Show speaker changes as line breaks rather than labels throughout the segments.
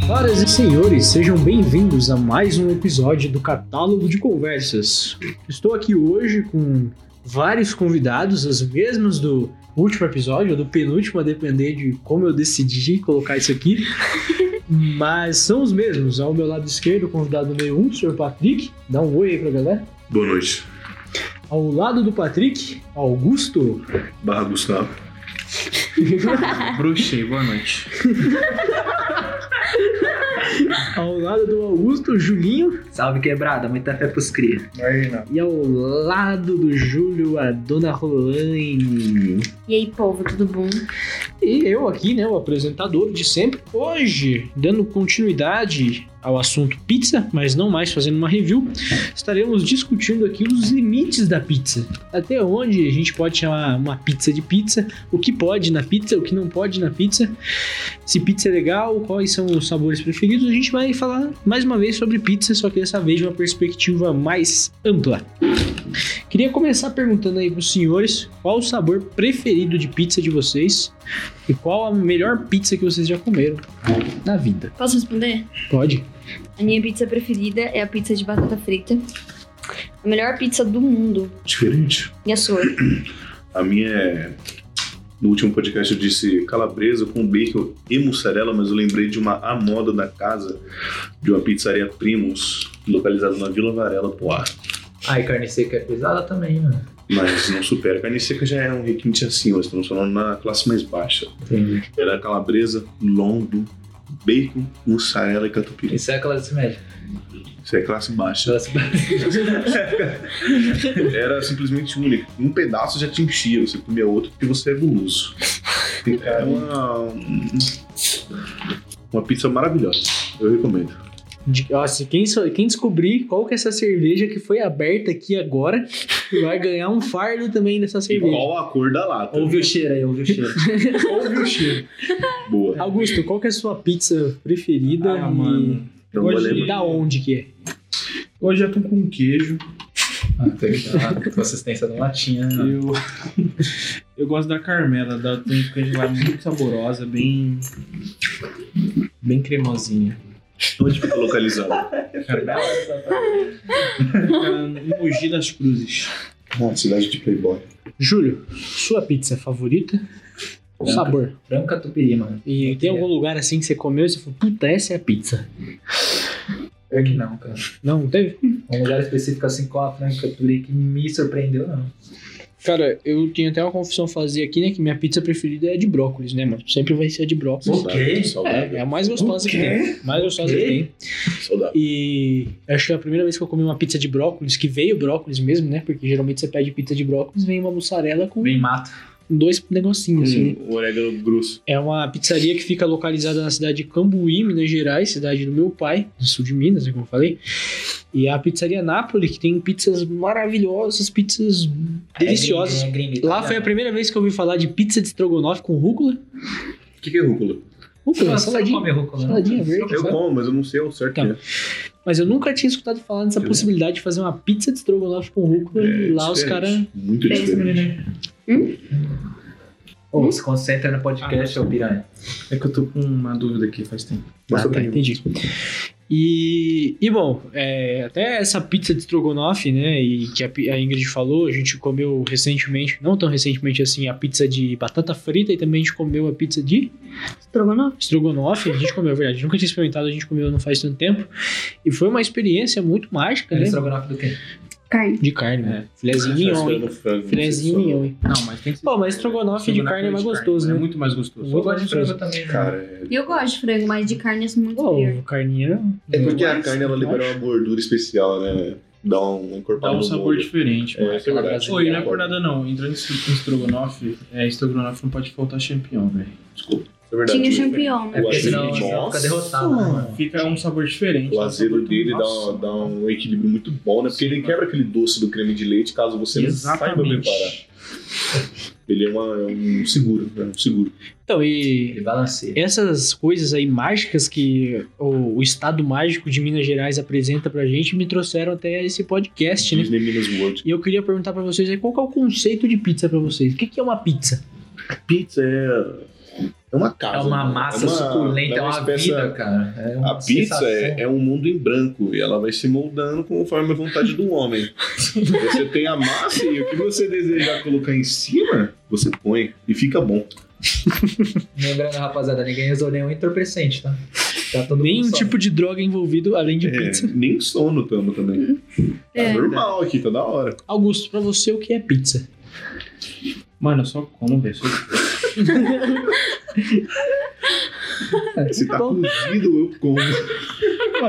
Senhoras e senhores, sejam bem-vindos a mais um episódio do Catálogo de Conversas. Estou aqui hoje com vários convidados, os mesmos do último episódio, ou do penúltimo, a depender de como eu decidi colocar isso aqui. Mas são os mesmos. Ao meu lado esquerdo, o convidado número 1, um, o senhor Patrick. Dá um oi aí pra galera.
Boa noite.
Ao lado do Patrick, Augusto.
Barra Gustavo.
Bruxei, boa noite.
Ao lado do Augusto, Julinho.
Salve quebrada, muita fé pros cria.
Imagina.
E ao lado do Júlio, a dona Rolaine.
E aí, povo, tudo bom?
E eu aqui, né, o apresentador de sempre. Hoje, dando continuidade ao assunto pizza, mas não mais fazendo uma review, estaremos discutindo aqui os limites da pizza. Até onde a gente pode chamar uma pizza de pizza, o que pode na pizza, o que não pode na pizza, se pizza é legal, quais são os sabores preferidos. A gente vai falar mais uma vez sobre pizza, só que dessa vez de uma perspectiva mais ampla. Queria começar perguntando aí pros senhores qual o sabor preferido de pizza de vocês e qual a melhor pizza que vocês já comeram na vida.
Posso responder?
Pode?
A minha pizza preferida é a pizza de batata frita. A melhor pizza do mundo.
Diferente.
E a sua?
A minha é. No último podcast eu disse calabresa com bacon e mussarela, mas eu lembrei de uma à moda da casa de uma pizzaria Primus, localizada na Vila Varela, Poá.
Ai, carne seca é pesada também, mano.
Mas não supera. Carne seca já era um requinte assim, mas estamos falando na classe mais baixa.
Entendi.
Era calabresa, lombo, bacon, mussarela e catupiry.
Isso é a classe média.
Isso é classe baixa.
Classe
Era simplesmente única. Um pedaço já te enchia, você comia outro porque você é guloso. É uma, uma pizza maravilhosa. Eu recomendo.
De- Nossa, quem, só- quem descobrir qual que é essa cerveja que foi aberta aqui agora vai ganhar um fardo também dessa cerveja.
Qual a cor da lata?
Ouve o cheiro aí, ouve o cheiro.
Ouve o cheiro.
Boa.
Augusto, qual que é a sua pizza preferida?
Ah,
e
mano.
Então,
hoje
valeu.
da onde que é?
Hoje eu tô com um queijo.
Ah, tem que dar consistência de latinha,
Ah.
né? mano?
Eu, eu gosto da Carmela, da tem um queijo lá muito saborosa, bem. bem cremosinha.
Onde fica localizado?
Fica em Mogi das Cruzes.
Na Ah, cidade de Playboy.
Júlio, sua pizza favorita? O
Branca.
sabor.
Frango catupiry, mano.
E tem
é.
algum lugar assim que você comeu e você falou, puta, essa é a pizza.
É que não, cara.
Não, não teve?
Um lugar específico assim com a frango catupiry que me surpreendeu, não.
Cara, eu tinha até uma confissão a fazer aqui, né? Que minha pizza preferida é de brócolis, né, mano? Sempre vai ser a de brócolis.
quê?
Saudável.
É, é a mais gostosa que tem. Mais gostosa que
quê?
tem.
Saudável.
E acho que é a primeira vez que eu comi uma pizza de brócolis, que veio brócolis mesmo, né? Porque geralmente você pede pizza de brócolis, vem uma mussarela com
Bem mato.
dois negocinhos,
Uhum.
assim. né?
Com orégano grosso.
É uma pizzaria que fica localizada na cidade de Cambuí, Minas Gerais, cidade do meu pai, do sul de Minas, né, como eu falei. E é a pizzaria Napoli, que tem pizzas maravilhosas, pizzas deliciosas.
É gringo, é gringo,
Lá foi a primeira vez que eu ouvi falar de pizza de estrogonofe com rúcula.
O que, que é rúcula?
Rúcula,
Nossa,
saladinha.
come rúcula, né?
Saladinha verde.
Eu
sabe?
como, mas eu não sei ao certo
Tá.
que é.
Mas eu nunca tinha escutado falar dessa
Eu-
possibilidade de fazer uma pizza de estrogonofe com rúcula e
É
lá os
diferente.
caras.
Muito
Pensa,
diferente.
menino.
Ou se concentra no podcast, ô piranha.
É que eu tô com uma dúvida aqui faz tempo.
Mas
Ah,
eu
tá,
tenho-
entendi. E, e bom, é, até essa pizza de strogonoff, né, e que a, Pi- a Ingrid falou, a gente comeu recentemente, não tão recentemente assim, a pizza de batata frita e também a gente comeu a pizza de
Estrogonofe?
strogonoff, a gente comeu, é verdade, nunca tinha experimentado, a gente comeu não faz tanto tempo, e foi uma experiência muito mágica,
Ele
né,
estrogonofe do quê?
Carne.
de carne, né, filézinho
Eu
mignon,
tava
hein?
esperando frango, não sei se
filézinho
eu-
mignon, hein?
Não, mas tem que ser.
Pô, mas estrogonofe de carne é mais gostoso,
É
né?
muito mais gostoso.
Eu gosto de frango também, né?
Cara, é
Eu gosto de frango, mas de carne é muito
Pô,
superior.
carninha...
É porque a
Mas-
carne ela libera uma gordura especial, né? Dá um
Dá
encorpado
um
no
sabor
molho.
diferente.
É, isso é verdade.
Oi, não é por nada não. Entrando em estro- em estrogonofe, é, estrogonofe não pode faltar champignon, velho.
Desculpa. Isso é verdade.
Tinha
mesmo.
champignon,
É
né?
Eu
porque
acho
senão
que-
senão fica
Nossa.
derrotado, né, mano?
Fica um sabor diferente.
O
um
azedo
sabor
dele dá,
Nossa.
dá um equilíbrio muito bom, né? Porque ele
Sim,
quebra aquele doce do creme de leite caso você não saiba preparar.
Exatamente.
Ele é, uma- é um seguro, é um seguro.
Então, e...
Ele balanceia.
essas coisas aí mágicas que o, o estado mágico de Minas Gerais apresenta pra gente me trouxeram até esse podcast, né?
Disney Minas World.
E eu queria perguntar pra vocês aí qual que é o conceito de pizza pra vocês? O que, que é uma pizza?
Pizza é. É uma casa.
É uma
né?
massa
uma-
suculenta, é uma,
espécie-
vida, cara. É uma
A pizza
sensação.
é, é um mundo em branco e ela vai se moldando conforme a vontade do homem. você tem a massa e o que você desejar colocar em cima, você põe e fica bom.
Lembrando, rapaziada, ninguém usou nenhum entorpecente, tá? Tá todo
Nenhum
mundo só.
tipo de droga envolvido além de
É,
pizza.
nem sono tamo também.
É.
Tá normal aqui, tá da hora.
Augusto, pra você o que é pizza?
Mano, eu só como, velho. Só-
Se tá cozido, eu como.
Mano,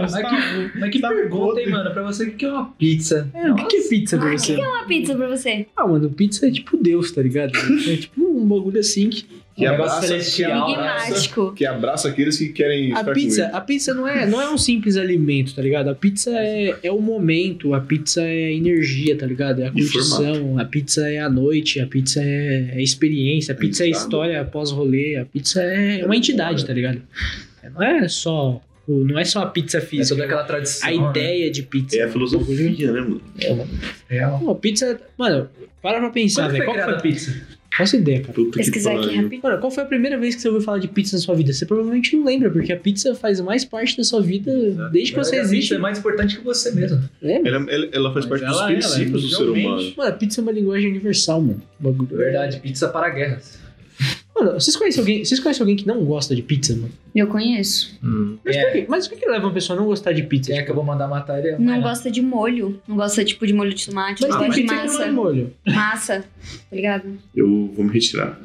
Mas
você tá-
que, mas que
tá
pergunta,
gordo,
hein, mano? Pra você, o que é uma pizza?
É, o que que é pizza pra você?
Uma pizza pra você.
Ah, mano, pizza é tipo Deus, tá ligado? É tipo um bagulho assim. que-
Que
Um negócio
abraça,
celestial,
que abraça,
Enigmático.
que abraça aqueles que querem
A
estar
pizza,
com ele.
a pizza não é, não é um simples alimento, tá ligado? A pizza é, é o momento, a pizza é energia, tá ligado? É a
E
curtição, a pizza é a noite, a pizza é, é experiência, a pizza é
Exato.
história após rolê, a pizza é uma entidade, tá ligado? Não é só, não é só a pizza
É
física.
toda aquela tradição.
a ideia de pizza.
É a filosofia, né, mano?
Né? Real.
Pô, pizza. Mano, para pra pensar,
Quando
velho.
foi
Qual que foi
criada
a
a
pizza?
pizza?
Faça ideia, cara.
Puta que
Pesquisar aqui
pariu.
rapidinho.
Mano, qual foi a primeira vez que você ouviu falar de pizza na sua vida? Você provavelmente não lembra, porque a pizza faz mais parte da sua vida desde que você
Mas a
existe.
pizza é mais importante que você mesmo.
É, mano.
Ela, ela, ela faz
Mas
parte
ela- é
dos princípios do
ela,
ser humano.
realmente.
Mano, a pizza é uma linguagem universal, mano. O bagulho-
É Verdade, pizza para guerras.
Mano, vocês conhecem, alguém, vocês conhecem alguém que não gosta de pizza, mano?
Eu conheço.
Mas,
É.
por quê? Mas o que, que leva uma pessoa a não gostar de pizza? Tipo,
Quem é que eu vou mandar matar ele?
Não
Vai lá.
gosta de molho. Não gosta, tipo, de molho de tomate.
Mas
Ah,
não
tem
gosta de
pizza que não é
massa.
molho.
Massa. Tá ligado?
Eu vou me retirar.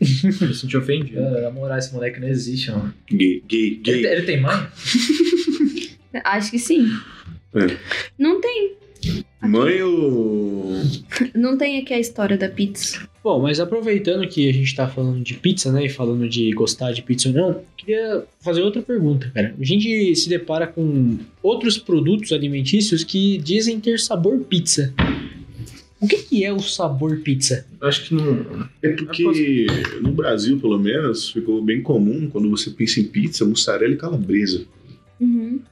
Eu senti ofendido.
Cara, Na moral, esse moleque não existe, mano.
Gay, gay, gay.
Ele, ele tem mãe?
Acho que sim.
É.
Não tem.
Mãe ou.
Não tem aqui a história da pizza.
Bom, mas aproveitando que a gente tá falando de pizza, né? E falando de gostar de pizza ou não, queria fazer outra pergunta, cara. A gente se depara com outros produtos alimentícios que dizem ter sabor pizza. O que, que é o sabor pizza?
Eu Acho que não.
É porque no Brasil, pelo menos, ficou bem comum quando você pensa em pizza, mussarela e calabresa.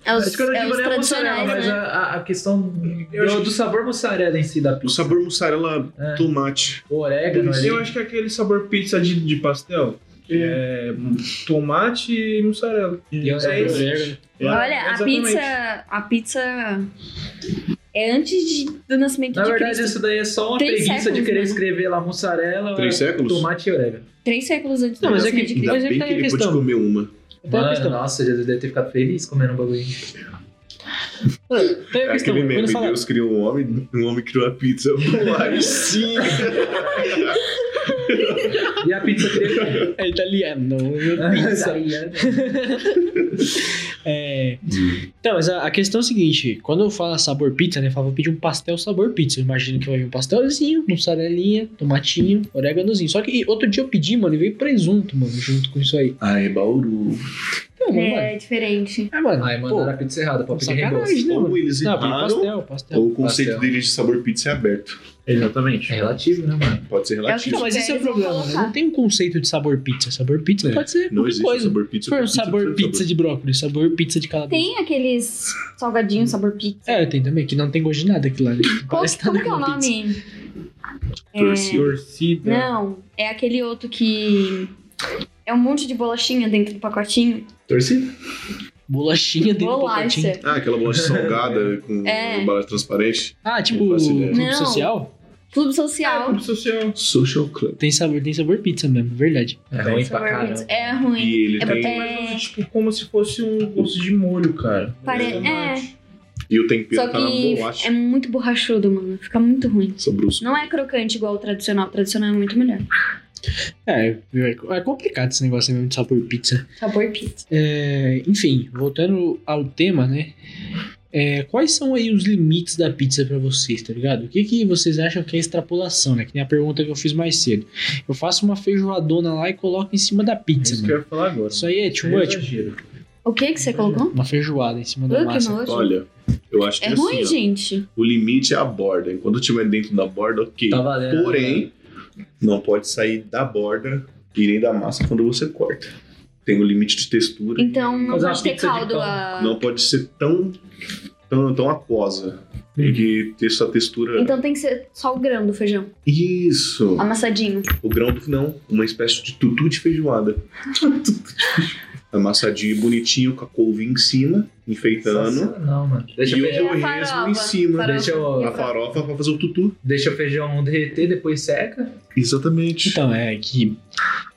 É os,
Acho que eu não
é
né?
digo
os
nem a mussarela,
tradicionais,
mas
né?
a, a- a questão do, do sabor mussarela em si da
O
pizza.
sabor mussarela,
É.
tomate.
O orégano ali.
Eu acho que é aquele sabor pizza de, de pastel. É. Tomate e mussarela.
E
É
orégano.
isso.
né?
É,
Olha, a
exatamente.
pizza. A pizza. É antes de- do nascimento
Na
de
verdade,
Cristo.
isso daí é só uma
Três
preguiça
séculos,
de
né?
querer
mano.
escrever lá mussarela,
Três séculos?
tomate e orégano.
Três séculos antes do
Não, mas é que-
nascimento de
Ainda
Mas
Cristo.
ele
bem
tá
que
em
ele
questão.
pôde comer uma.
Tem a
Mano,
questão.
nossa, Jesus deve ter ficado feliz comendo um bagulho.
Tem a questão.
É Aquele meme,
Quando fala-
Deus criou um homem, um homem criou a pizza. Pô, aí sim!
E a pizza grega?
É italiano.
Pizza.
É... Então, mas a, a questão é a seguinte: quando eu falo sabor pizza, né? Eu falo, vou pedir um pastel sabor pizza. Eu imagino que vai vir um pastelzinho, mussarelinha, tomatinho, oréganozinho. Só que outro dia eu pedi, mano, e veio presunto, mano, junto com isso aí.
Ai, Bauru.
Então, mano, mano.
É diferente.
É, mano.
Ai,
pô,
mandaram a pizza errada pra pedir
sacanagem,
reembolso.
né,
Ou
mano?
eles
Não, eu pedi
erraram,
pastel, pastel.
ou o conceito
Pastel.
deles de sabor pizza é aberto.
Exatamente.
É relativo, né, mano?
Pode ser
É o que
relativo.
Não, mas esse é o
Eles vão
problema, né?
colocar.
Não tem um conceito de sabor pizza. Sabor pizza
É,
pode ser
Não
qualquer
existe
coisa.
sabor pizza.
Se for um
porque
sabor
tem
pizza
sabor.
de brócolis, sabor pizza de calabresa.
Tem aqueles salgadinhos sabor pizza.
É, tem também, que não tem gosto de nada aquilo lá. né?
Qual,
Parece
como
tá
que é o
na pizza.
nome?
Torcida.
Torcida.
Não, é aquele outro que. É um monte de bolachinha dentro do pacotinho.
É.
Torcida?
Bolachinha dentro do pacotinho.
Bolacha.
Ah, aquela bolacha salgada com
É.
bala transparente.
Ah, tipo,
Não faço ideia.
clube
Não.
social?
Clube
É
Ah,
social.
clube social.
Social Club.
Tem sabor, tem sabor pizza mesmo, verdade.
É ruim pra
Sabor pizza.
caramba.
É ruim.
E ele
É
tem. um
porque-
Mas usa, tipo, como se fosse um gosto de molho, cara.
Pare- É,
E o tempero
só
tá na
que
bolacha.
é muito borrachudo, mano. Fica muito ruim.
Sobre os...
Não é crocante igual o tradicional. O tradicional é muito melhor.
É, é é complicado esse negócio mesmo de sabor pizza.
Sabor pizza.
É, enfim, voltando ao tema, né? É, quais são aí os limites da pizza pra vocês, tá ligado? O que, que vocês acham que é extrapolação, né? Que nem a pergunta que eu fiz mais cedo. Eu faço uma feijoadona lá e coloco em cima da
É
pizza,
isso que
mano.
eu ia falar agora.
Isso aí é too
É
much.
exagero.
O que que você colocou?
Uma feijoada em cima
Ah,
da
que
massa.
nojo.
Olha, eu acho que
É
assim,
ruim,
ó,
gente.
o limite é a borda. Enquanto tiver dentro da borda, ok.
Tá valendo.
Porém, não pode sair da borda e nem da massa quando você corta. Tem o limite de textura.
Então ah. não
Fazer uma
pode ter
pizza de
caldo
pão.
a.
Não pode ser tão, Então, então aquosa. Tem que ter essa textura.
Então tem que ser só o grão do feijão,
Isso!
amassadinho.
O grão do não, uma espécie de tutu de feijoada. Amassadinho bonitinho, com a couve em cima, enfeitando.
Não, mano. Deixa
e
o
ver.
o
feijão,
E a
torresmo
farofa?
em cima.
Farofa.
deixa eu-
E
A farofa pra fazer o tutu.
deixa o feijão derreter, depois seca.
Exatamente.
Então, é que.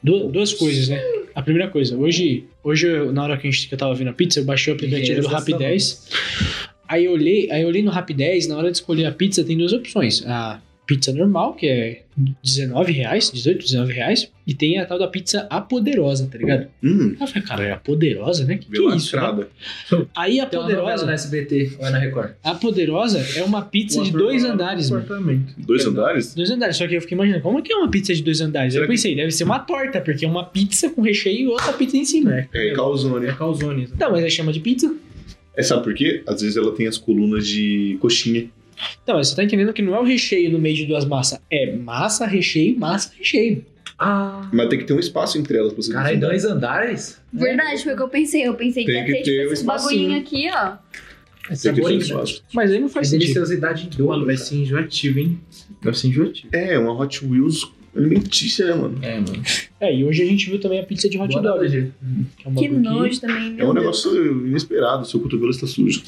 du- Duas coisas, né? A primeira coisa, hoje, hoje eu- na hora que, a gente, que eu tava vendo a pizza, eu baixei o aplicativo do
Engenheiros da
Rapidez. Aí eu olhei, aí eu olhei no Rapidez, na hora de escolher a pizza, tem duas opções. A pizza normal, que é R$19,00, reais, 18, 19 reais, e tem a tal da pizza a poderosa, tá ligado?
Hum,
Aí eu falei, cara, é a poderosa, né? Que, que é isso? né?
velacrada.
Aí a
Tem uma novela
poderosa,
na SBT, ou é na Record.
a poderosa é uma pizza de dois andares, mano.
Apartamento.
Dois andares?
Dois andares, só que eu fiquei imaginando, como é que é uma pizza de dois andares?
Será
eu pensei, deve ser uma torta, porque é uma pizza com recheio e outra pizza em cima. né?
É calzone.
É calzone.
Não, mas aí chama de pizza.
É, sabe por quê? Às vezes ela tem as colunas de coxinha.
Não, mas você tá entendendo que não é o recheio no meio de duas massas. É massa, recheio, massa, recheio.
Ah,
Mas tem que ter um espaço entre elas pra você
caralho,
desandar.
é dois andares?
Verdade, foi o que eu pensei. Eu pensei que
Tem
ia
que
ter,
ter
tipo,
um
esses bagulhinho aqui, ó.
Tem
É
que ter um
saborinho, né?
espaço.
Mas aí não
É
faz sentido.
deliciosidade em
Mano,
dobro.
vai ser enjoativo, hein? Vai ser enjoativo.
É, uma Hot Wheels alimentícia, né, mano?
É, mano.
É, e hoje a gente viu também a pizza de hot
Boa
dog.
analogia.
é um
Que
bagulho
nojo também,
É
meu
um
Deus.
negócio inesperado, seu cotovelo está sujo.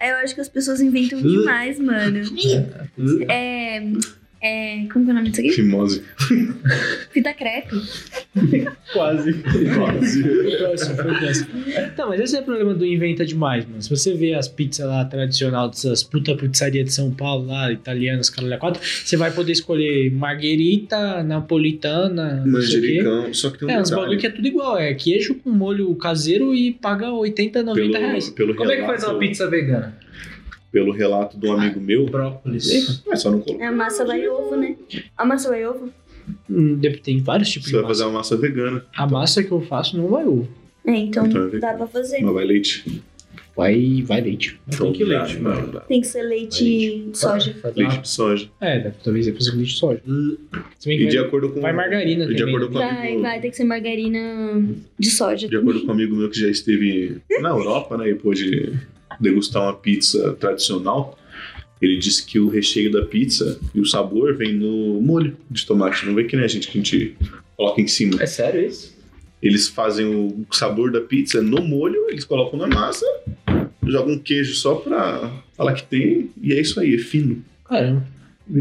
É, eu acho que as pessoas inventam demais, mano. É. É. Como que é o nome disso aqui?
Fimose.
Fita crepe.
Quase.
Quase.
Foi próximo, foi próximo. Então, mas esse é o problema do inventa demais, mano. Se você vê as pizzas lá tradicional dessas puta pizzaria de São Paulo, lá, italianas, caralho, quatro, você vai poder escolher marguerita, napolitana, não sei o quê.
Manjericão. Só que tem um
É, uns bagulho
detalhe.
que é tudo igual, é queijo com molho caseiro e paga 80, 90 reais.
Pelo, pelo
Como é que
relato,
faz uma pizza vegana?
Pelo relato de um amigo meu,
Brócolis.
é só não colocar.
É a massa vai ovo, né? A massa vai ovo?
Hum, deve- Tem vários tipos
Você
de
tá- vai
massa.
fazer uma massa vegana,
A massa que eu faço não vai ovo.
É, então
Então é
dá
vegano.
pra fazer.
mas vai leite.
Vai, vai leite.
Então,
que
dá,
leite,
dá,
mano.
dá.
Tem que ser leite e soja.
Fazer uma-
Leite de soja.
É, dá- talvez eu faça com leite de soja. Se bem que
Hum, E de
vai,
acordo com.
vai margarina
e de
também.
acordo com um
Vai,
amigo,
vai, tem que ser margarina de soja.
De acordo com um amigo meu que já esteve na Europa, né? E pôde degustar uma pizza tradicional. Ele disse que o recheio da pizza e o sabor vem no molho de tomate. Não vem que nem a gente que a gente coloca em cima.
É sério isso?
Eles fazem o sabor da pizza no molho, eles colocam na massa, jogam um queijo só pra falar que tem, e é isso aí, é fino.
Caramba.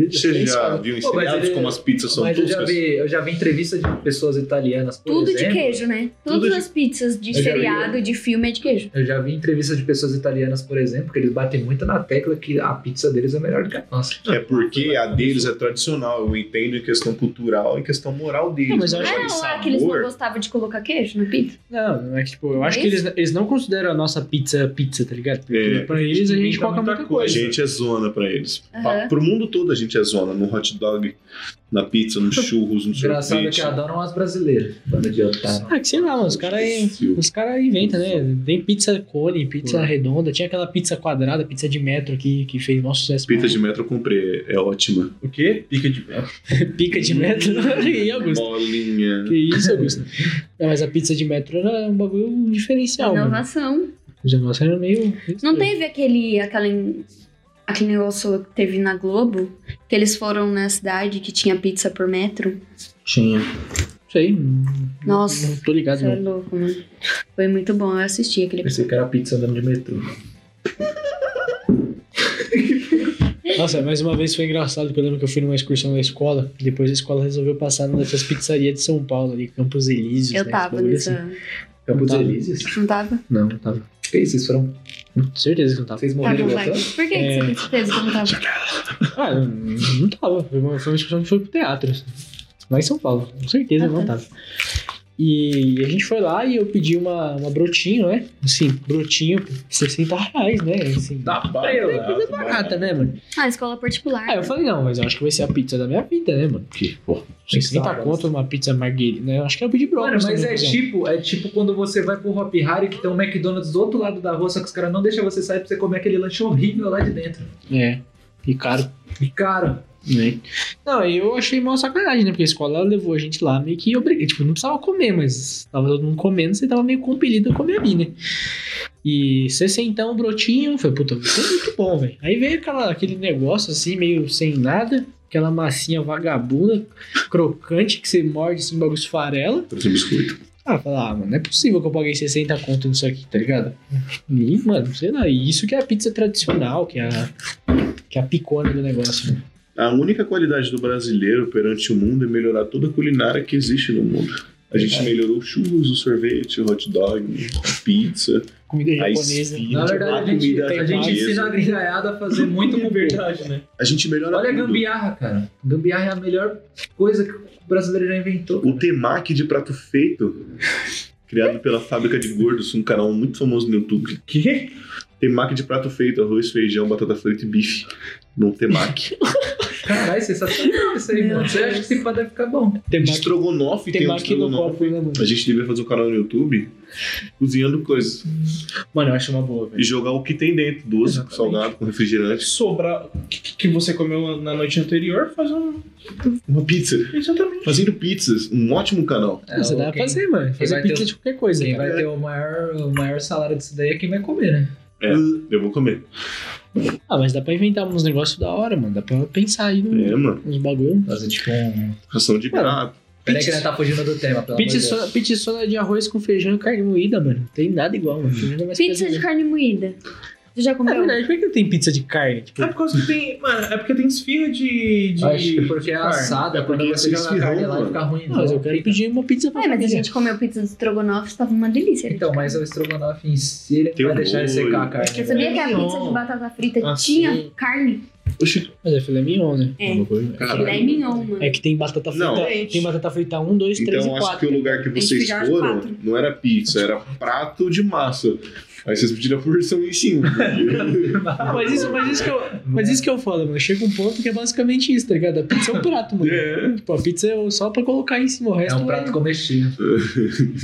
Você já viu em
Pô, mas
seriados
ele-
como as pizzas são
Mas eu já,
toscas?
vi, eu já vi entrevista de pessoas italianas, por
Tudo de
exemplo.
queijo, né?
Tudo
Todas
de-
as pizzas de
Eu já vi.
feriado, de filme é de queijo.
Eu já vi entrevistas de pessoas italianas, por exemplo, que eles batem muito na tecla que a pizza deles é melhor que a nossa.
É porque a deles é tradicional, eu entendo em questão cultural, em questão moral deles. né? Tipo,
Não, mas eu
Ah, Não
acho
era
o
lá que eles não gostavam de colocar queijo na pizza?
Não, não é que tipo, eu acho que eles, eles não consideram a nossa pizza pizza, tá ligado? Porque
É.
pra eles a gente
Inventa
coloca
muita
muita
A
coisa.
gente é zona pra eles.
Aham.
Pra- Pro mundo todo a gente é zona. No hot dog, na pizza, nos churros, no
Engraçado é
sorvete.
que adoram as brasileiras. Banda de otário.
Ah, que sei lá, mano, os caras os cara inventam, né? Tem pizza cone, pizza
Pô.
redonda, tinha aquela pizza quadrada, pizza de metro que, que fez nosso sucesso.
Pizza de metro eu comprei, é ótima.
O quê? Pica de pé.
Pica de metro e Augusto.
Molinha.
Que isso, é Augusto. Não, mas a pizza de metro era um bagulho diferencial, mano.
Inovação.
Os negócios eram meio.
Não teve aquele, aquela, aquele negócio que teve na Globo? Que eles foram na cidade que tinha pizza por metro?
Tinha. Não sei. não-
Nossa.
Não tô ligado,
Você é
não.
louco, mano. Foi muito bom, eu assisti aquele
Pensei que era pizza andando de metrô.
É.
Nossa, mais uma vez foi engraçado, porque eu lembro que eu fui numa excursão da escola, e depois a escola resolveu passar numa dessas pizzarias de São Paulo, ali, Campos Elíseos.
Eu
né,
tava
esse bagulho
nessa.
assim.
Campos
Não tava.
Elíseos?
Não tava?
Não, não tava. Que isso? Vocês foram.
Com certeza que não tava.
Vocês
Tava,
morreram
Tá vai.
voltando?
Por que, que você tem certeza que eu não tava?
Ah, eu não tava. Foi uma, foi uma excursão que foi pro teatro. assim. Lá em São Paulo. Com certeza
Ah,
eu não
tá.
tava. E a gente foi lá e eu pedi uma, uma brotinho, né? Assim, brotinho, 60 reais, né? Assim,
Tá
é coisa barata, né, mano?
Ah, escola particular.
Aí eu falei, não, mas eu acho que vai ser a pizza da minha vida, né, mano? Porque, pô, 60
Tem que
conto uma pizza marguerita, né? Eu acho que eu pedi
Mano,
brócolis.
mas
também,
é
né, por exemplo.
tipo, é tipo quando você vai pro Hop Harry que tem um McDonald's do outro lado da rua, só que os caras não deixam você sair pra você comer aquele lanche horrível lá de dentro.
É. E caro
E caro.
né? Não, eu achei uma sacanagem, né? Porque a escola levou a gente lá meio que obrigado. Tipo, não precisava comer, mas tava todo mundo comendo, você tava meio compelido a comer ali, né? E sessentão brotinho, foi puta, isso é muito bom, velho. Aí veio aquela, aquele negócio assim, meio sem nada, aquela massinha vagabunda, crocante, que você morde assim, bagulho esfarela.
Trouxe um biscoito.
Ah, falar, ah, mano, não é possível que eu paguei 60 conto nisso aqui, tá ligado? E, mano, sei lá, e isso que é a pizza tradicional, que é a, que é a picona do negócio, né?
A única qualidade do brasileiro perante o mundo é melhorar toda a culinária que existe no mundo. A
É.
gente melhorou o churros, o sorvete, o hot dog, a pizza,
Comida
a
japonesa.
esfirra,
Na verdade, a gente,
comida
a gente
japonesa.
ensina a gringaiada a fazer muito com verdade, né?
A gente melhora
Olha a
tudo.
gambiarra, cara. Gambiarra é a melhor coisa que o brasileiro já inventou.
O temaki de prato feito, criado pela Fábrica de Gordos, um canal muito famoso no YouTube.
Quê?
Temaki de prato feito, arroz, feijão, batata frita e bife. No temaki.
Caralho, sensacional isso aí,
Meu
mano. Você acha que esse pá deve ficar bom?
Temaki,
Estrogonofe tem um
temaki no
estrogonofe.
copo, né, mano?
A gente devia fazer um canal no YouTube cozinhando coisas.
Mano, eu acho uma boa,
E
velho.
jogar o que tem dentro, doce, com salgado, com refrigerante.
É Sobrar o que, que você comeu na noite anterior, faz um.
Uma pizza.
Exatamente.
Fazendo pizzas, um ótimo canal.
É,
Você dá
quem,
pra fazer, mano. Fazer
vai ter
pizza
o-
de qualquer coisa.
quem
cara.
vai ter o maior, o maior salário disso daí é quem vai comer, né?
Eu vou comer.
Ah, mas dá pra inventar uns negócios da hora, mano. Dá pra pensar aí num-
É, mano.
nos bagulho.
Fazer tipo um.
Ração de gato.
Peraí que ele tá fugindo do tema, pelo amor de
Pizza
Deus.
só- Pizza só é de arroz com feijão e carne moída, mano. Não tem nada igual, mano. Tem nada mais
Pizza de
brasileiro.
carne moída. Você já
Na
comeu? É,
verdade, por que que tem pizza de carne? Tipo,
É por causa que tem. Mano, é porque tem esfirra de. de
Acho que porque é
de carne.
assada,
porque
quando você
isso
joga a carne
esfirrou,
lá e
mano.
fica ruim.
não, mas eu
então.
quero pedir uma pizza pra
Ué, É, mas a
família.
gente comeu pizza de estrogonofe, tava uma delícia.
Então, mas o estrogonofe em si, ele
Tem
vai
um
deixar ele
molho.
secar a carne.
Você sabia
né?
que a pizza de batata frita tinha carne?
Oxi,
Mas é filé mignon, né?
É.
Uma coisa-
Filé
caralho.
mignon, mano.
É que tem batata frita.
Não.
Tem batata frita 1, 2, 3
Então
e
acho que
4.
o lugar que
gente
vocês
pediu as
foram
quatro.
não era pizza, era prato de massa. Aí vocês pediram a porção em cima.
Ah, mas isso, mas isso que eu,
é
mas isso que eu falo, mano. Chega um ponto que é basicamente isso, tá ligado? A pizza é um prato, mano.
É.
Tipo, a pizza é só pra colocar em cima, o
É
resto
um prato comestível.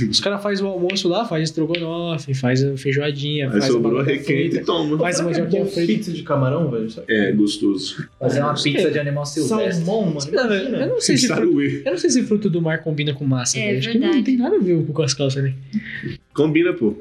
Os caras fazem o almoço lá, faz estrogonofe, faz a feijoadinha,
Aí
faz a
sobrou
batata
requeinte e
frita.
toma.
Faz
Será
uma
que é
jaquinha
bom
frita.
Pizza de camarão, velho. sabe?
É, gostoso.
Fazer uma
Gostei.
pizza de animal silvestre.
Salmão, mano.
Não, velho, Eu não sei se fruto,
Saruê.
eu não sei se fruto do mar combina com massa,
É
velho. Acho que não
verdade.
tem nada a ver com as calças, né?
Combina, pô.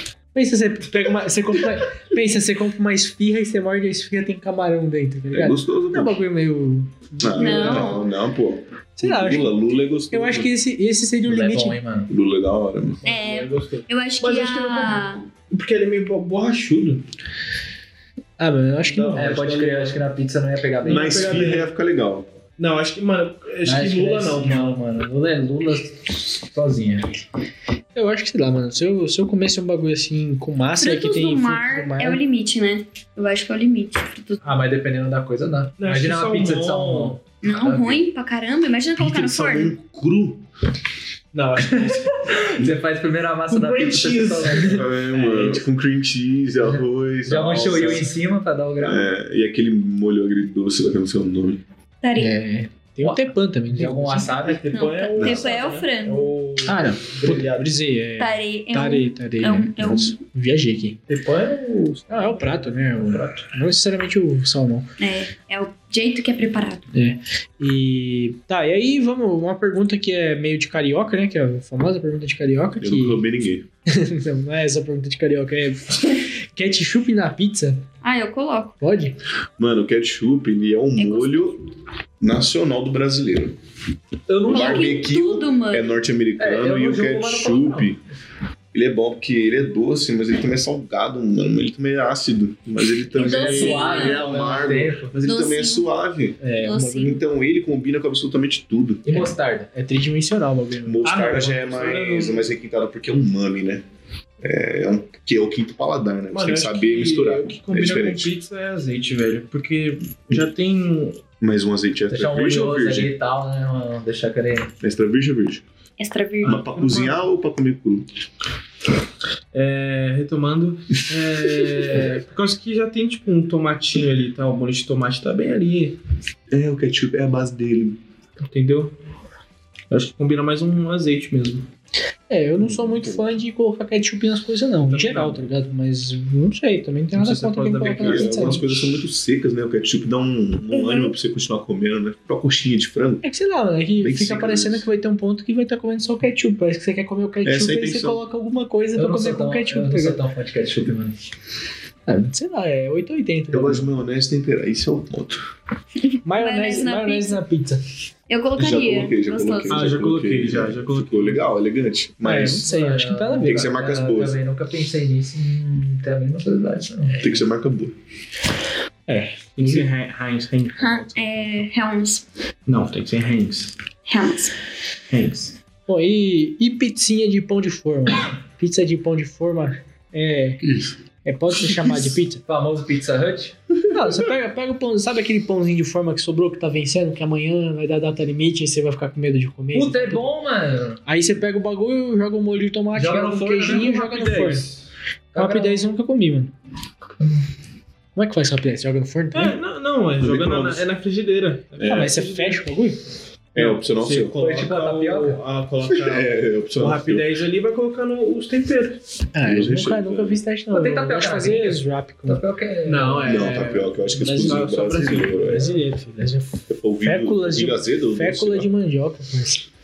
É
Pensa, você pega uma. Você compra, uma- pensa, você compra uma esfirra e você morde a esfirra tem camarão dentro, tá
É
ligado?
gostoso,
Não é um
pô.
bagulho meio.
Não,
Não.
não, não, pô.
Sei lá, eu acho,
Lula, Lula é gostoso.
eu acho que esse, esse seria o
Não é
limite.
bom, hein, mano?
Lula é da hora, mano.
É,
Eu gostei.
eu acho
Mas
que
acho que
a...
Porque ele é meio bo- borrachudo.
Ah, mano, eu acho que não.
Não.
É,
acho
pode
que
crer,
não.
acho que na pizza não ia pegar bem.
Mas
pegar
firra
bem.
ia ficar legal.
Não, acho que, mano, acho que é Lula
deve
não.
ser- Não, mano. Lula é Lula sozinha.
Eu acho que sei lá, mano. Se eu, se eu comesse um bagulho assim com massa que
Frutos
tem
do
fruto
mar, é o limite, né? Eu acho que é o limite. Frutos...
Ah, mas dependendo da coisa, dá.
Não, acho
Imagina
que
uma pizza de
salmão-
salmão.
Não,
Nada a
ruim pra caramba. Imagina colocar
Pizza
no
de
forno.
salmão cru.
Não, acho que
Você faz primeiro a massa
Com
da
cream
pizza de
cheese.
salmão.
É, mano. Com cream cheese, arroz,
Já
salsa.
manchou eu um em cima pra dar o grau.
É, e aquele molho agridoce lá que eu não sei o nome.
Tarim.
É. Tem o tepan também. não tem?
Tem algum wasabi?
Não,
depois é
tá-
o.
depois é o frango.
o-
Ah, não. Puta,
Grelhado.
brisei. É...
Tarei. É um...
Tarei, tarei.
é um-
né?
é um-
Nossa, Viajei aqui.
Depois é o.
Ah, é o prato, né? O-
prato.
Não necessariamente o salmão.
É, é o jeito que é preparado.
E. Tá, e aí vamos. Uma pergunta que é meio de carioca, né? Que é a famosa pergunta de carioca.
Eu
que...
não roubei ninguém.
Não, não é essa pergunta de carioca, é ketchup na pizza?
Ah, eu coloco.
Pode?
Mano, o ketchup, ele é um
É
molho nacional do brasileiro.
Eu não
Coloca em
barbecue
tudo, mano.
É
É, eu
norte-americano
não
e o
julgo, mas não falo
ketchup... Ele é bom porque ele é doce, mas ele também é salgado, mano. Ele também é ácido, mas ele também é
docinho.
suave, é
ao mesmo
amargo.
né? tempo.
Mas ele também é
Docinho.
suave.
É, um
Docinho.
bagulho-
Então ele combina com absolutamente tudo.
E mostarda.
é tridimensional o bagulho.
Mostarda
Ah, não,
já é
mostarda
mais,
não.
mais requintado porque é um umami, né? É, é um, que é o quinto paladar, né? Você
Mano,
tem que
acho
saber misturar. É
O que combina com
diferente.
pizza é azeite, velho. Porque já tem.
Mais um azeite
Deixar
extra
um
virgem ou
oleoso
virgem?
ali e tal, né? mano? Deixar aquele...
Extra virgem ou virgem?
Extra
Hum.
virgem.
Mas pra cozinhar ou pra comer cru?
É, retomando. É, por causa que já tem, tipo, um tomatinho ali, tá? O molho de tomate tá bem ali.
É, o ketchup é a base dele.
Entendeu? Eu Acho que combina mais um azeite mesmo.
É, eu não sou muito fã de colocar ketchup nas coisas, não. Em
Também
geral,
não.
tá ligado? Mas não sei, também não tem nada
Não sei se
contra quem coloca
é por causa da
na
Porque
pizza.
algumas
não.
coisas são muito secas, né? O ketchup dá um, um ânimo pra você continuar comendo, né? Pra coxinha de frango.
É que sei lá, mano, é que
Bem
fica
simples.
parecendo que vai ter um ponto que vai estar comendo só o ketchup. Parece que você quer comer o ketchup
Essa é a
e você
intenção.
coloca alguma coisa pra
Eu não
comer
sou
com
tão,
o
eu
ketchup, tá
não sou
ligado?
tão fã de ketchup, mano.
Ah, sei lá, é 880.
Eu
né?
gosto de maionese temperada. Isso é o ponto.
Maionese,
Maionese na
maionese na pizza.
Eu colocaria.
já coloquei, já
gostoso.
coloquei.
Ah, já coloquei, já, já coloquei.
Ficou legal, elegante.
É, não
Mas
sei, acho que não tem nada a ver.
Tem que ser marcas boas.
Também nunca pensei nisso, não tem a mínima qualidade,
É.
É.
não.
tem que ser marca boa.
Tem que ser He- Heinz, Heinz.
Ha- é, Helms.
Não, tem que ser Heinz.
Helms.
Heinz.
Bom, e, e pizzinha de pão de forma? pizza de pão de forma é.
Isso.
é pode se chamar de pizza?
Famoso Pizza Hut?
Não, você pega, pega o pão, sabe aquele pãozinho de forma que sobrou, que tá vencendo, que amanhã vai dar data limite, aí você vai ficar com medo de comer.
Puta, é bom, mano.
Aí você pega o bagulho, joga um molho de tomate, joga,
Joga no
um
forno,
queijinho e
né?
joga no forno.
Rapidez. Tá
Rap 10 eu nunca comi, mano. Como é que faz rap 10? Joga no forno também?
É, não, não, é jogando na, é na frigideira.
É.
Ah, mas você fecha o bagulho?
É opcional
Você
seu.
coloca
Foi tipo a
o,
tapioca?
a, coloca
É, é
o
opcional seu.
rapidez ali e vai colocando os temperos.
Ah,
Eu
eu
recheio,
nunca,
cara.
nunca fiz teste, não.
Mas tem
Eu
tapioca
gosto de
na
fazer
gringa?
os rap com
Tapioca é...
Não, tapioca, eu acho que é
Mas
exclusivo
não, só
brasileiro. é.
brasileiro, filho.
É polvilho-
Féculas de-
polvilho azedo, não sei
Fécula
lá.
de mandioca, parceiro.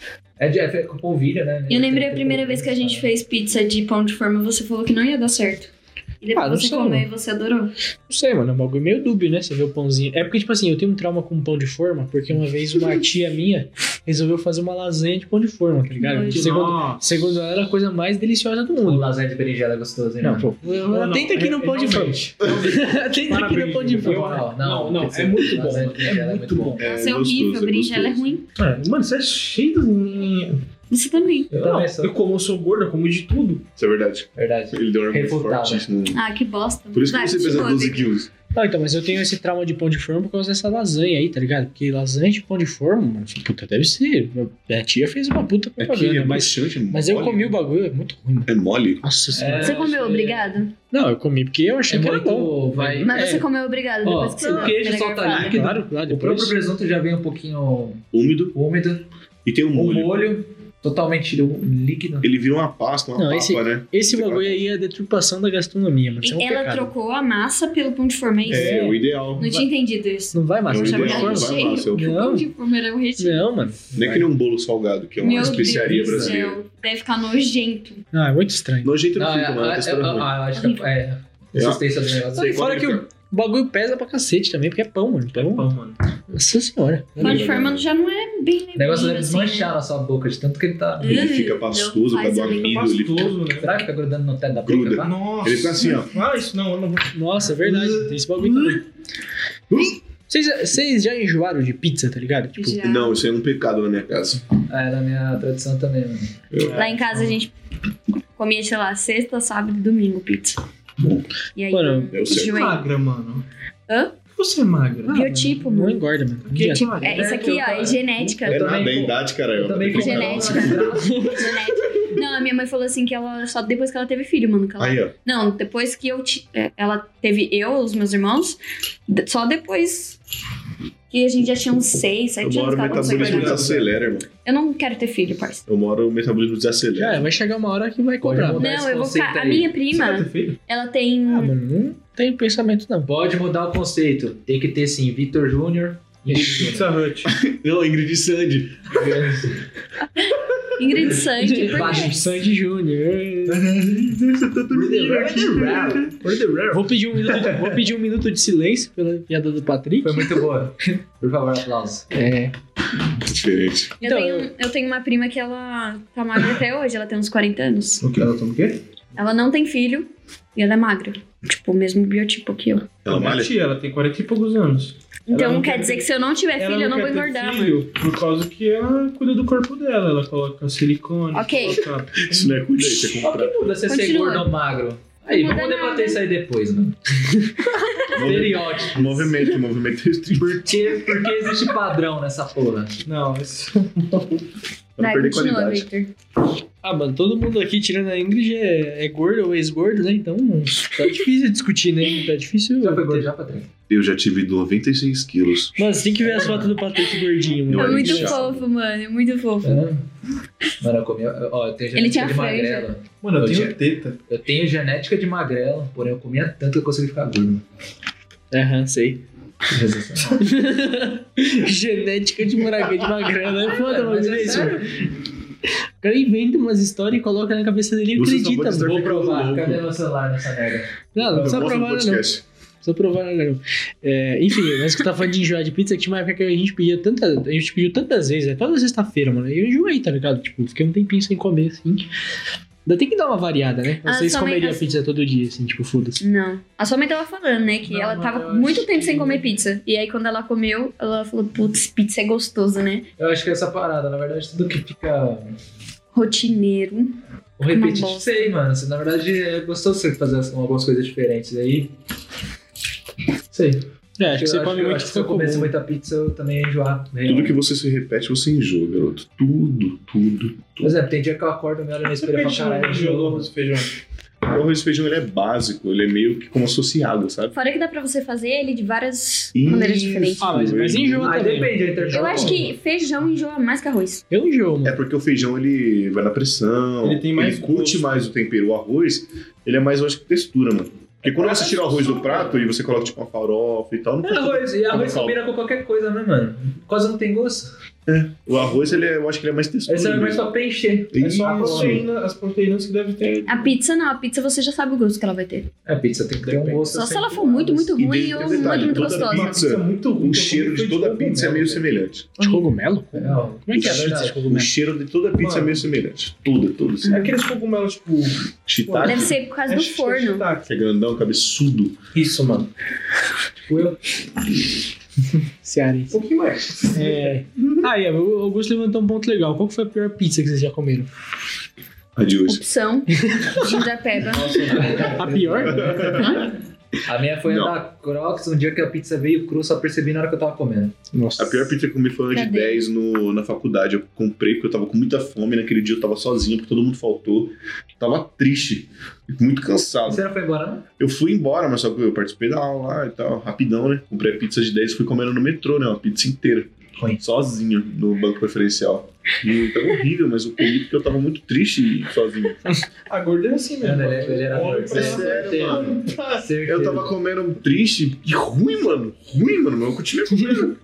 É de é com polvilha, né?
Eu lembrei a primeira vez que a gente fez pizza de pão de forma, você falou que não ia dar certo. E depois
Ah, não
você
sei,
comeu e você adorou.
Não sei, mano, é um bagulho meio dúbio, né? Você vê o pãozinho. É porque, tipo assim, eu tenho um trauma com pão de forma, porque uma vez uma tia minha resolveu fazer uma lasanha de pão de forma, tá ligado?
Nojo.
Segundo,
Nossa.
segundo ela, era a coisa mais deliciosa do
O
mundo.
lasanha de berinjela é gostoso, hein?
Não,
mano?
pô.
Não,
Tenta aqui
não,
no pão de forma.
realmente.
Tenta aqui no pão de
Parabéns,
forma.
Não,
Não, não,
tem que ser
é muito bom.
lasanha de berinjela,
É muito bom.
É
Nossa, é,
gostoso,
horrível,
é
berinjela é
gostoso.
ruim.
Mano, você é cheio de...
Você também.
Eu
Não,
também sou.
eu como eu sou gordo, eu como de tudo.
Isso é verdade.
Verdade.
Ele deu um argumento
Refutável.
fortíssimo.
Ah, que bosta.
Por isso que
Vai, tipo,
você
te
pesa
foda.
12 quilos.
Ah, então, mas eu tenho esse trauma de pão de forma por causa dessa lasanha aí, tá ligado? Porque lasanha de pão de forma, mano, assim, puta, deve ser. Minha tia fez uma puta propaganda, mas,
bruxante, é
mas eu
mole.
comi o bagulho, é muito ruim, mano.
É mole?
Nossa senhora.
Você
É,
comeu
você-
obrigado?
Não, eu comi porque eu achei
É
que era bom.
muito... Vai...
Mas
É.
você comeu obrigado
Ó,
depois que você
o
deu a
queijo
primeira
solta
garfada.
líquido.
Claro, claro,
O próprio
depois.
presunto já vem um pouquinho
Úmido.
úmido.
E tem um
O
molho.
molho totalmente um líquido.
Ele vira uma pasta, uma
Não,
papa,
esse-
né?
Esse bagulho aí é a deturpação da gastronomia, mano. Isso é um
E Ela
pecado.
trocou a massa pelo pão de forma, é isso?
É, o ideal.
Não tinha entendido isso.
Não vai
É
matar
o
Não,
o pão de
ideal,
ideal,
forma?
recheio.
vai lá, seu...
Não. É.
Pão de forma era o recheio.
Não, mano.
Nem que nem um bolo salgado, que é uma
Meu
especiaria
Deus do
brasileira.
céu, deve ficar nojento.
Não, é muito estranho.
Nojento não
Não, é,
fica, mano. A
é,
textura é ruim.
é, acho que é... é. Consistência do negócio.
Não, e fora
come
que o bagulho pesa pra cacete também, porque é pão, mano. Pão.
mano.
Nossa senhora.
Pão de forma já não é bem levinho,
O negócio deve
assim, né?
desmanchar na sua boca de tanto que ele tá.
Ele
Ih,
fica
não
pastoso,
faz
vai dar
ele.
uma-
Pastoso,
Será que
né?
fica grudando no teto da boca?
Gruda.
tá?
Nossa.
Ele fica assim, ó.
Ah, isso não, eu não vou...
Nossa, é verdade. Tem esse bagulho também. Vocês, vocês já enjoaram de pizza, tá ligado? Tipo,
Já.
Não, isso é um pecado na minha casa.
É, na minha tradição também, mano.
Lá em casa a gente comia, sei lá, sexta, sábado e domingo pizza.
Bom.
E aí,
Mano,
eu
eu sei.
enjoei.
magra, mano.
Hã?
Você é magra.
ah,
biotipo,
mano, Não
mano.
engorda, mano. Dieta.
Biotipo.
É, isso aqui, ó, é genética.
Eu
é
também
nada, é
com-
idade, caralho.
Eu também
com
como
Genética. Genética. Não, a minha mãe falou assim que ela só depois que ela teve filho, mano. Que ela...
Aí, ó.
Não, depois que eu ti- é, ela teve eu, os meus irmãos, d- só depois que a gente já tinha uns seis,
Eu
sete anos
moro, o
que ela começou a
metabolismo
engordar.
desacelera, irmão.
Eu não quero ter filho, parça.
Eu moro, o metabolismo
Já,
desacelera.
vai chegar uma hora que vai
Pode
cobrar.
mudar
Não,
esse
eu vou
conceito
ficar. A
aí.
minha
Você vai
prima,
ter filho?
ela tem.
Ah, mano, não tem pensamento, não.
Pode mudar o conceito. Tem que ter sim, Vitor Júnior e Júnior.
Pizza é Hut.
Não, Ingrid Sandy.
Ingrid Sandy, por
Baixo.
quê?
Sandy Júnior. Vou pedir um minuto, vou pedir um minuto de silêncio pela piada do Patrick.
Foi muito boa. Por favor, aplausos.
É.
Diferente.
Eu,
Então,
tenho, eu tenho uma prima que ela tá magra até hoje, ela tem uns 40 anos.
O que? Ela toma o quê?
Ela não tem filho e ela é magra. Tipo, o mesmo biotipo que eu.
Ela é malha?
Tia, ela tem 40 e poucos anos.
Então
Ela não
quer
quer
dizer
ter-
que se eu não tiver
Ela
filho, eu não
quer
vou
ter
engordar, mano.
filho Por causa que ela cuida do corpo dela. Ela coloca silicone.
Ok.
coloca-
Isso não é cuida aí, você
O que
compra.
muda se ser
Continua.
gordo ou magro? Aí,
Não
vamos
muda nada.
debater isso aí depois, mano.
Movi-
Estereótipo.
Movimento, movimento restrito.
Por que, por que existe padrão nessa porra?
Não, isso...
Pra
Vai,
perder
continua,
qualidade.
Victor.
Ah, mano, todo mundo aqui, tirando a Ingrid, é, é gordo ou ex-gordo, né? Então tá difícil discutir, né? Tá difícil.
Já pegou já, Patrick?
Eu já tive 96 quilos.
Mano, você tem que ver as fotos do Patrick gordinho,
É
mano.
Eu
muito
acho chato.
fofo, mano. É muito fofo.
É. Mano, eu comia. Ó, eu tenho
Ele
genética
tinha né?
de
franja.
magrela.
Mano, eu,
Então,
Eu
tenho
tinha-
teta.
Eu tenho genética de magrela, porém eu comia tanto que eu consegui ficar gordo.
Aham, sei.
Sensacional.
Genética de moraguinha de magrela, né? Foda, mas é isso.
sério.
O cara inventa umas histórias e coloca na cabeça dele e
Você só
acredita,
pode estar
mano.
Vou
ficando
provar.
louco.
Cadê meu celular nessa merda?
Não, não
Eu
precisa
gosto
provar,
do
não. Não
podcast.
precisa provar, não. É, enfim, mas que tá falando de enjoar de pizza, que tinha uma época que a gente pedia tanta. A gente pediu tantas vezes, é toda sexta-feira, mano. E eu enjoei, tá ligado? Tipo, fiquei um tempinho sem comer, assim. Ainda tem que dar uma variada, né?
Ah,
Vocês
sua mãe-
comeriam
as-
pizza todo dia, assim, tipo, foda-se.
Não. A sua mãe tava falando, né? Que
Não,
ela
não,
tava
eu
muito
acho
tempo sem
que-
comer pizza. E aí, quando ela comeu, ela falou: putz, pizza é gostoso, né?
Eu acho que é essa parada, na verdade, tudo que fica
Rotineiro.
o repetitivo.
bosta.
Sei, mano. Você, na verdade, é gostoso você fazer assim, algumas coisas diferentes aí. Sei.
É, acho que você come muito
acho que se
fica
eu comesse
comum.
muita pizza, eu também ia enjoar.
Tudo que você se repete, você enjoa, garoto. Tudo, tudo.
Por exemplo, tem dia que eu acordo, me olho no espelho e falo, caralho, enjoo.
feijão.
O arroz e feijão, ele é básico, ele é meio que como associado, sabe?
Fora que dá pra você fazer ele de várias
Isso.
maneiras diferentes.
Ah, mas, mas enjoa
Aí
também.
depende, então,
Eu acho que feijão enjoa mais que arroz.
Eu enjoo, mano.
É porque o feijão, ele vai na pressão,
Ele tem mais
curte
gosto.
mais o tempero. O arroz, ele é mais, eu acho, que textura, mano. Porque quando você tira o arroz do prato e você coloca, tipo, uma farofa e tal, não
É arroz, e arroz combina com qualquer coisa, né, mano? Quase não tem gosto.
O arroz, ele é- eu acho que ele é mais
Aí
textura.
você vai mais
mesmo.
pra preencher.
É só a
Isso.
proteína, as proteínas que deve ter.
A pizza não, a pizza você já sabe o gosto que ela vai ter.
A pizza tem que ter um
Depende.
gosto.
Só se
assim.
ela for muito, muito
E
ruim
de-
ou
detalhe,
muito, muito
toda
gostosa.
pizza,
muito ruim.
O um cheiro de toda a pizza
né?
é meio semelhante.
De cogumelo?
É,
Como
ó,
é que é a
isso,
pizza de
cara.
O
cogumelo?
cheiro de toda a pizza
Mano.
é meio semelhante. Tudo, tudo. Assim.
Aqueles cogumelos, tipo.
Shiitake,
Deve ser por causa
é
do
chi-
forno.
shiitake.
que é grandão, cabeçudo.
Isso, mano. Tipo, eu
Cearense.
Um pouquinho mais.
É... Ah, e o Augusto levantou um ponto legal. Qual que foi a pior pizza que vocês já comeram?
A de hoje.
Opção, gingapeba.
A pior?
A minha foi a
Não.
da Crocs, um dia que a pizza veio crua, só percebi na hora que eu tava comendo.
Nossa.
A pior pizza que eu comi foi uma de
Cadê?
10 no, na faculdade. Eu comprei porque eu tava com muita fome. Naquele dia eu tava sozinho, porque todo mundo faltou. Tava triste, muito cansado.
Você não foi embora, não?
Eu fui embora, mas só que eu participei da aula lá e tal, rapidão, né? Comprei a pizza de 10 e fui comendo no metrô, né? Uma pizza inteira.
Ruim.
Sozinho, no banco preferencial. E tava horrível, mas eu comi porque eu tava muito triste e sozinho.
A gorda é assim
Ele
mesmo.
era- ele era né?
Olha
gordo.
pra ela.
Sério, mano.
Certeza.
Eu tava comendo um triste e ruim, mano. Ruim, mano. Mas eu continuei comendo.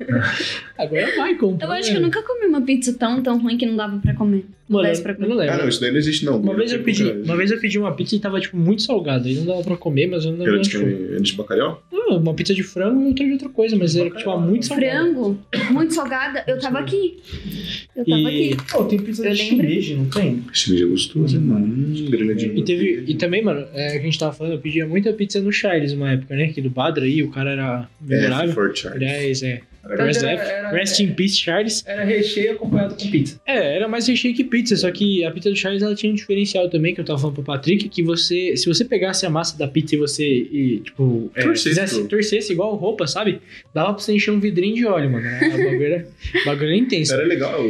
Agora vai, compra. né?
Eu acho que eu nunca comi uma pizza tão, tão ruim que não dava pra comer.
Mano,
desse pra
eu não
Ah, não,
lembro.
isso daí não existe, não.
É. Uma vez,
Tipo,
eu pedi,
Era
uma vez eu pedi uma pizza e tava, tipo, muito salgada. E não dava pra comer, mas eu não lembro.
de,
onde
que-
tipo,
foi.
era de bacalhau?
Ah, uma pizza de frango e outra de outra coisa, mas era, tipo, muito salgada.
Frango, muito salgada, eu tava aqui. Eu tava
E,
aqui.
Pô, tem pizza
Eu
de
lembro.
shimeji, não tem?
Esse é gostoso,
Hum.
mano. Hum, grelhadinho.
é. e teve. E também, mano, é, que a gente tava falando, eu pedia muita pizza no Charles uma época, né? Que do Badra aí, o cara era
É,
memorável.
Fort Charles.
Aliás, é.
Na verdade,
Rest,
era- era-
rest in peace, Charles.
Era recheio acompanhado com pizza.
É, era mais recheio que pizza, só que a pizza do Charles ela tinha um diferencial também, que eu tava falando pro Patrick, que você, se você pegasse a massa da pizza e você, e, tipo, é,
Torcesse,
fizesse,
pô.
torcesse igual roupa, sabe? Dava pra você encher um vidrinho de óleo, mano. Né? O bagulho era, o bagulho era intenso.
Era legal.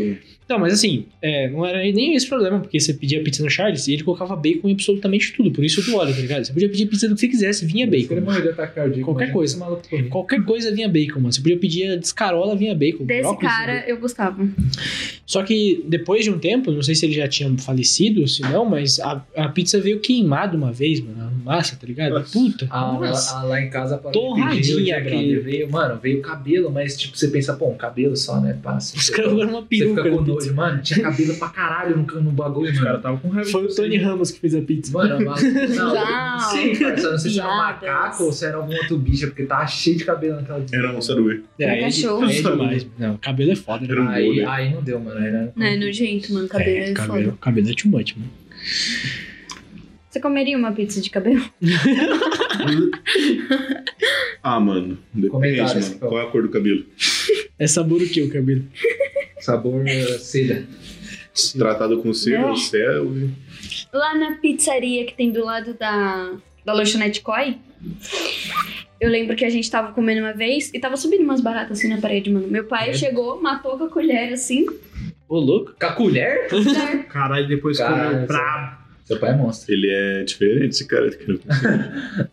Então, mas assim, é, não era nem esse problema, porque você pedia pizza no Charles e ele colocava bacon em absolutamente tudo, por isso do óleo, tá ligado? Você podia pedir pizza do que você quisesse, vinha
Ele
é bacon.
morreu de ataque cardíaco.
Qualquer
mano.
coisa.
Esse maluco correu.
Qualquer coisa vinha bacon, mano. Você podia pedir a descarola, vinha bacon.
Desse
brócolis,
cara eu gostava.
Só que depois de um tempo, não sei se ele já tinha falecido, se não, mas a, a pizza veio queimada uma vez, mano. A massa, tá ligado? Puta.
Ah,
nossa.
lá, ah, lá em casa para
Torradinha aquele.
veio, mano, veio cabelo, mas tipo, você pensa, pô, um cabelo só, né? Passa.
Os caras colocaram uma
Você
peruca
fica com
na pizza.
nojo, mano. Tinha cabelo pra caralho no, no bagulho,
Os
mano.
caras tava com raiva.
Foi o Tony Ramos que fez a pizza.
Mano, maluco. Não,
Uau.
sim, parça, eu não sei se era um
Piadas.
macaco ou se era algum outro bicho, é porque tava cheio de cabelo naquela
Era um saruê.
É,
Era
é, de-
cachorro.
é demais. mano. Não, cabelo é foda, né?
Era um
Aí,
bolo, né?
aí não deu, mano. Aí não...
Não, é nojento, mano. Cabelo é,
Uhum. É,
foda.
cabelo, cabelo é too much, mano.
Você comeria uma pizza de cabelo?
Ah, mano. Depende,
Comentários,
mano.
então.
Qual é a cor do cabelo?
É sabor o que o cabelo?
Sabor eh, seda.
Se Tratado com é cera,
Não.
céu.
Lá na pizzaria que tem do lado da, da lanchonete Koi, eu lembro que a gente tava comendo uma vez e tava subindo umas baratas assim na parede, mano. Meu pai
É.
chegou, matou com a colher assim.
Ô, louco.
Com a colher?
né?
Caralho, depois
Caralho,
comeu
essa-
brabo.
Seu pai é monstro.
Ele é diferente, esse cara.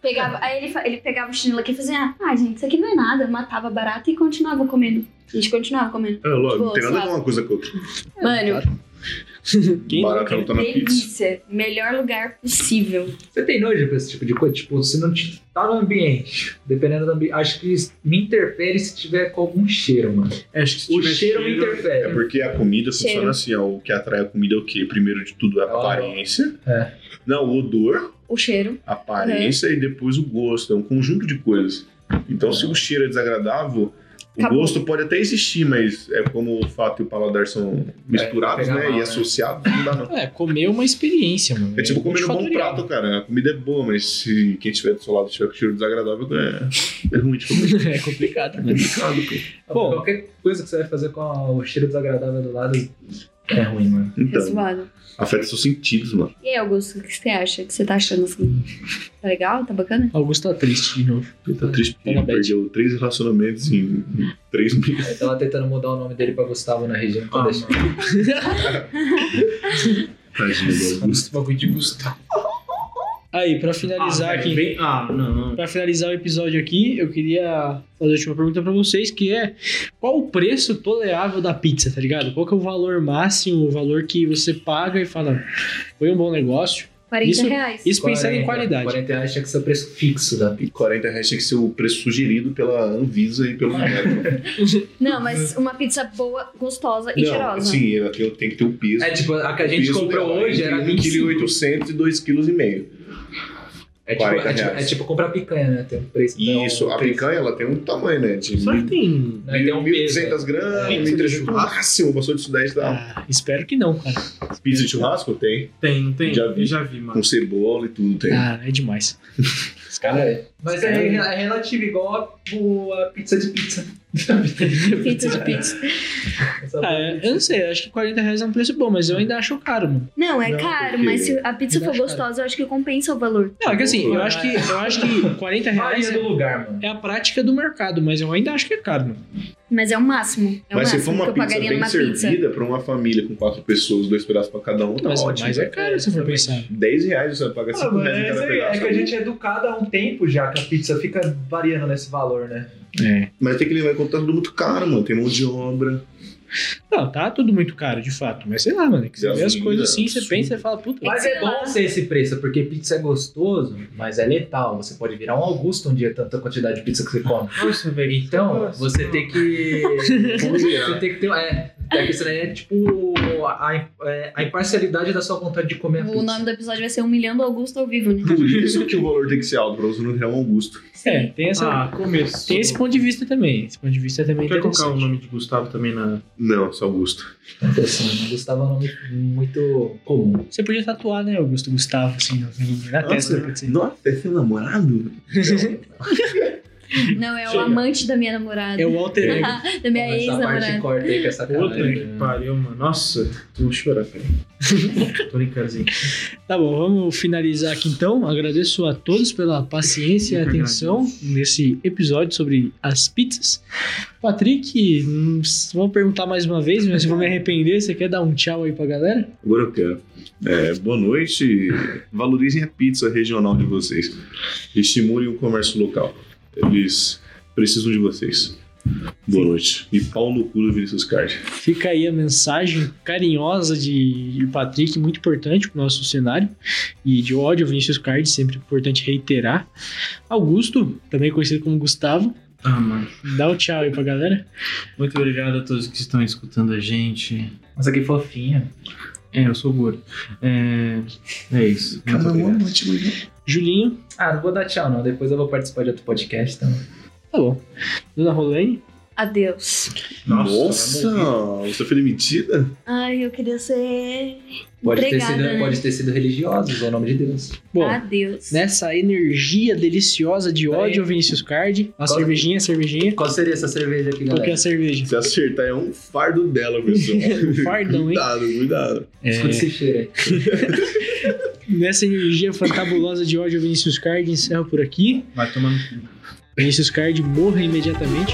pegava, aí ele, fa- ele pegava o chinelo aqui e fazia, ah, gente, isso aqui não é nada. Matava a barata e continuava comendo. A gente continuava comendo.
É, logo,
Tipo,
não tem nada a ver
sabe?
uma coisa com a outra.
Mano,
Quem
Barata não tá na pizza.
Delícia. Melhor lugar possível.
Você tem nojo pra esse tipo de coisa? Tipo, se não te- tá no ambiente, dependendo do ambiente. Acho que me interfere se tiver com algum cheiro, mano.
Acho que se
O
tiver
cheiro me
É
interfere.
porque a comida
Cheiro.
funciona assim, ó. O que atrai a comida é o quê? Primeiro de tudo, a
Ela-
aparência.
É.
Não, o odor,
O cheiro.
a aparência e depois o gosto. É um conjunto de coisas. Então, se o cheiro é desagradável, o
Acabou.
gosto pode até existir, mas é como o fato e o paladar são misturados,
pega
né?
mal,
e
né?
associados, não dá não.
É, comer é uma experiência, mano.
É tipo comer um bom
multifatorial.
prato, cara. A comida é boa, mas se quem tiver do seu lado tiver com cheiro desagradável, é, é ruim de comer.
É complicado,
É
né?
complicado, pô.
Bom.
Qualquer coisa que você vai fazer com a- o cheiro desagradável do lado é ruim, mano.
Então,
Resuado.
afeta seus sentidos, mano.
E aí, Augusto, o que você acha? O que você tá achando assim? Tá legal? Tá bacana?
Augusto tá triste de novo.
Ele tá triste porque
Pega
ele
a bad.
perdeu três relacionamentos em em três meses.
Eu tava tentando mudar o nome dele pra Gustavo na região. Então
Ah,
deixa.
Tadinho do Augusto.
Esse bagulho de Gustavo.
Aí, pra
Ah,
finalizar
velho,
aqui.
vem- ah, não.
Pra finalizar o episódio aqui, eu queria fazer a última pergunta pra vocês, que é qual o preço tolerável da pizza, tá ligado? Qual que é o valor máximo, o valor que você paga e fala, foi um bom negócio?
40
Isso-
reais.
Isso pensando em
40,
qualidade.
40 reais tinha que ser o preço fixo da
E 40 reais tinha que ser o preço sugerido pela Anvisa e pelo Inmetro.
Não, mas uma pizza boa, gostosa e
Não,
cheirosa.
assim, ela tem, tem que ter o peso.
É tipo, a que a gente comprou hoje era 25.
1,8 e 2,5 kg.
É tipo, é,
40
tipo,
reais.
é tipo comprar picanha, né? Tem um preço.
E
então,
isso, a
tem-
picanha, ela tem um tamanho, né? De
Será que tem
né, tem um peso.
1.200 gramas,
É,
1.300 máximo, passou disso 10 dá
Ah, espero que não, cara.
Pizza de churrasco tem,
Tem, tem.
Já vi.
Já vi, mano.
com cebola e tudo tem.
Ah, é demais. Os caras.
É, mas é, re- é relativo, igual a, o- a pizza de pizza.
Pizza de pizza.
Essa
Tá
Ah, é, eu não sei, eu acho que 40 reais é um preço bom, mas eu ainda acho caro, mano.
Não, é
Não,
caro,
porque-
mas se a pizza
Ainda
for
acho caro.
gostosa, eu acho que compensa o valor.
Não, é que assim, eu acho que, eu acho que 40 reais
Varia do
é,
lugar, mano.
é a prática do mercado, mas eu ainda acho que é caro, mano.
Mas é o máximo. É o
Mas se
máximo
for uma
que eu
pizza
pagaria
bem
numa pizza.
servida é pra uma família com quatro pessoas, dois pedaços pra cada um, tá
Mas,
ótimo.
mas é caro se for pensar.
10 reais você paga 5
Ah, mano,
reais em cada
é, é
pedaço.
que a gente é educado há um tempo já, que a pizza fica variando nesse valor, né?
É.
Mas tem que levar em conta que tá tudo muito caro, mano. Tem mão de obra.
Não, tá tudo muito caro, de fato. Mas sei lá, mano. Que você vê as
Gasolina,
coisas assim, você
absurdo.
pensa e fala, puta,
Mas
sei
é bom
lá.
ser esse preço, porque pizza é gostoso, mas é letal. Você pode virar um Augusto um dia, tanta quantidade de pizza que você come.
Nossa, velho.
Então,
Nossa,
você
mano.
tem que. você tem que ter. É, é que isso daí é tipo a, é, a imparcialidade da sua vontade de comer
O
a pizza.
nome do episódio vai ser Humilhando o Augusto ao vivo, né?
Por isso que o valor tem que ser alto, pra você não virar um Augusto.
É, tem, essa,
Ah, começou.
tem esse ponto de vista também. Esse ponto de vista é também
Quer colocar o
interessante.
nome de Gustavo também na.
Não, só Augusto.
Interessante, Gustavo é um nome muito comum.
Você podia tatuar, né, Augusto Gustavo, assim, no- na testa. pode ser.
nossa, é seu namorado?
Não, é o
Chega.
amante da minha namorada.
É o alter ego.
da minha
Então, Essa parte
ex-namorada.
corta aí com essa né?
Puta
caralho.
que pariu, mano. Nossa, tu vou chorar, cara. Tô brincando, assim.
Tá bom, vamos finalizar aqui então. Agradeço a todos pela paciência e
Eu que
atenção nesse episódio sobre as pizzas. Patrick, hum, vou perguntar mais uma vez, mas eu vou me arrepender. Você quer dar um tchau aí pra galera?
Agora eu quero. É, boa noite. Valorizem a pizza regional de vocês. Estimulem o comércio local. Eles precisam de vocês. Boa noite. E pau no cu do Vinícius Card.
Fica aí a mensagem carinhosa de, de Patrick, muito importante para o nosso cenário. E de ódio, Vinícius Card, sempre importante reiterar. Augusto, também conhecido como Gustavo,
Ah, mano.
dá o tchau aí pra galera.
Muito obrigado a todos que estão escutando a gente.
Nossa, que fofinha.
É, eu sou gordo. É, é isso. Muito obrigado.
Julinho,
Ah, não vou dar tchau, não. Depois eu vou participar de outro podcast então. também.
tá bom. Dona Rolene,
Adeus.
Nossa, você foi demitida?
Ai, eu queria ser.
Pode ter,
empregada,
sido,
né?
pode ter sido religiosos, em nome de Deus.
bom.
Ah. Adeus.
Nessa energia deliciosa de
Peraí.
ódio, Vinícius Card. A
Qual-
cervejinha, a cervejinha.
Qual seria essa cerveja aqui,
Qual que é
galera?
a cerveja?
Se acertar é um fardo dela, pessoal.
Um fardão, hein? É,
cuidado, cuidado.
Escuta esse cheiro aí.
Nessa energia fantabulosa de ódio, Vinícius Card, encerro por aqui.
Vai tomando.
Vinícius Card morra imediatamente.